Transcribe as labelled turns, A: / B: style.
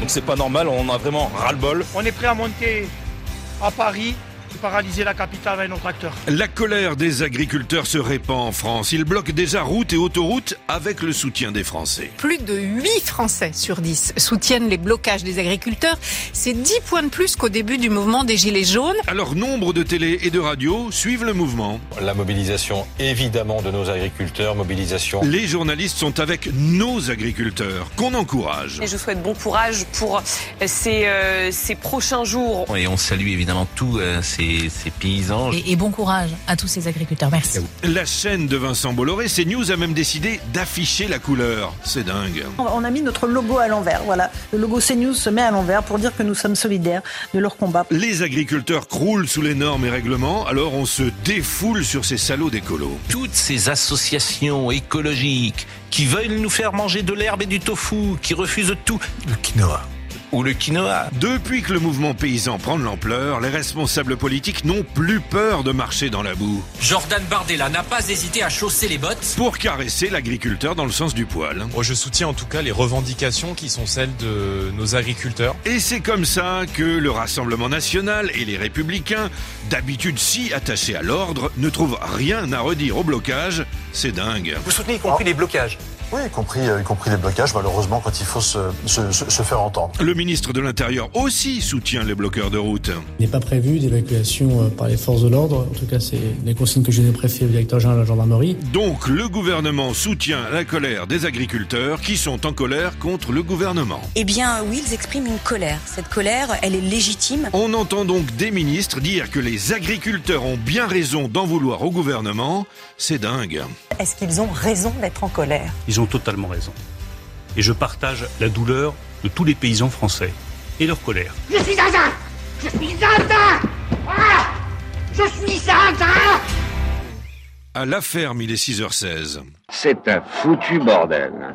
A: Donc c'est pas normal, on a vraiment ras-le-bol.
B: On est prêt à monter à Paris et paralyser la capitale avec nos tracteurs.
C: La colère des agriculteurs se répand en France. Ils bloquent déjà routes et autoroutes avec le soutien des Français.
D: Plus de 8 Français sur 10 soutiennent les blocages des agriculteurs. C'est 10 points de plus qu'au début du mouvement des Gilets jaunes.
C: Alors nombre de télé et de radios suivent le mouvement.
E: La mobilisation évidemment de nos agriculteurs, mobilisation.
C: Les journalistes sont avec nos agriculteurs, qu'on encourage.
F: Et je souhaite bon courage pour ces, euh, ces prochains jours.
G: Et on salue évidemment tous euh, ces, ces paysans.
H: Et, et bon courage à tous ces agriculteurs. Merci.
C: La chaîne de Vincent Bolloré, CNews, a même décidé d'afficher la couleur. C'est dingue.
I: On a mis notre logo à l'envers. Voilà, le logo CNews se met à l'envers pour dire que nous sommes solidaires de leur combat.
C: Les agriculteurs croulent sous les normes et règlements, alors on se défoule sur ces salauds d'écolos.
G: Toutes ces associations écologiques qui veulent nous faire manger de l'herbe et du tofu, qui refusent tout.
J: Le quinoa
G: ou le quinoa.
C: Depuis que le mouvement paysan prend de l'ampleur, les responsables politiques n'ont plus peur de marcher dans la boue.
K: Jordan Bardella n'a pas hésité à chausser les bottes
C: pour caresser l'agriculteur dans le sens du poil.
L: Moi, je soutiens en tout cas les revendications qui sont celles de nos agriculteurs.
C: Et c'est comme ça que le Rassemblement national et les Républicains, d'habitude si attachés à l'ordre, ne trouvent rien à redire au blocage. C'est dingue.
M: Vous soutenez y compris oh. les blocages
N: oui, y compris, euh, y compris les blocages, malheureusement, quand il faut se, se, se faire entendre.
C: Le ministre de l'Intérieur aussi soutient les bloqueurs de route.
O: Il n'est pas prévu d'évacuation euh, par les forces de l'ordre. En tout cas, c'est les consignes que j'ai données au préfet et au directeur général de la gendarmerie.
C: Donc, le gouvernement soutient la colère des agriculteurs qui sont en colère contre le gouvernement.
P: Eh bien, oui, ils expriment une colère. Cette colère, elle est légitime.
C: On entend donc des ministres dire que les agriculteurs ont bien raison d'en vouloir au gouvernement. C'est dingue.
P: Est-ce qu'ils ont raison d'être en colère
Q: Ils ont totalement raison. Et je partage la douleur de tous les paysans français et leur colère.
R: Je suis zinzin Je suis zinzin ah Je suis zinzin
C: À la ferme, il est 6h16.
S: C'est un foutu bordel.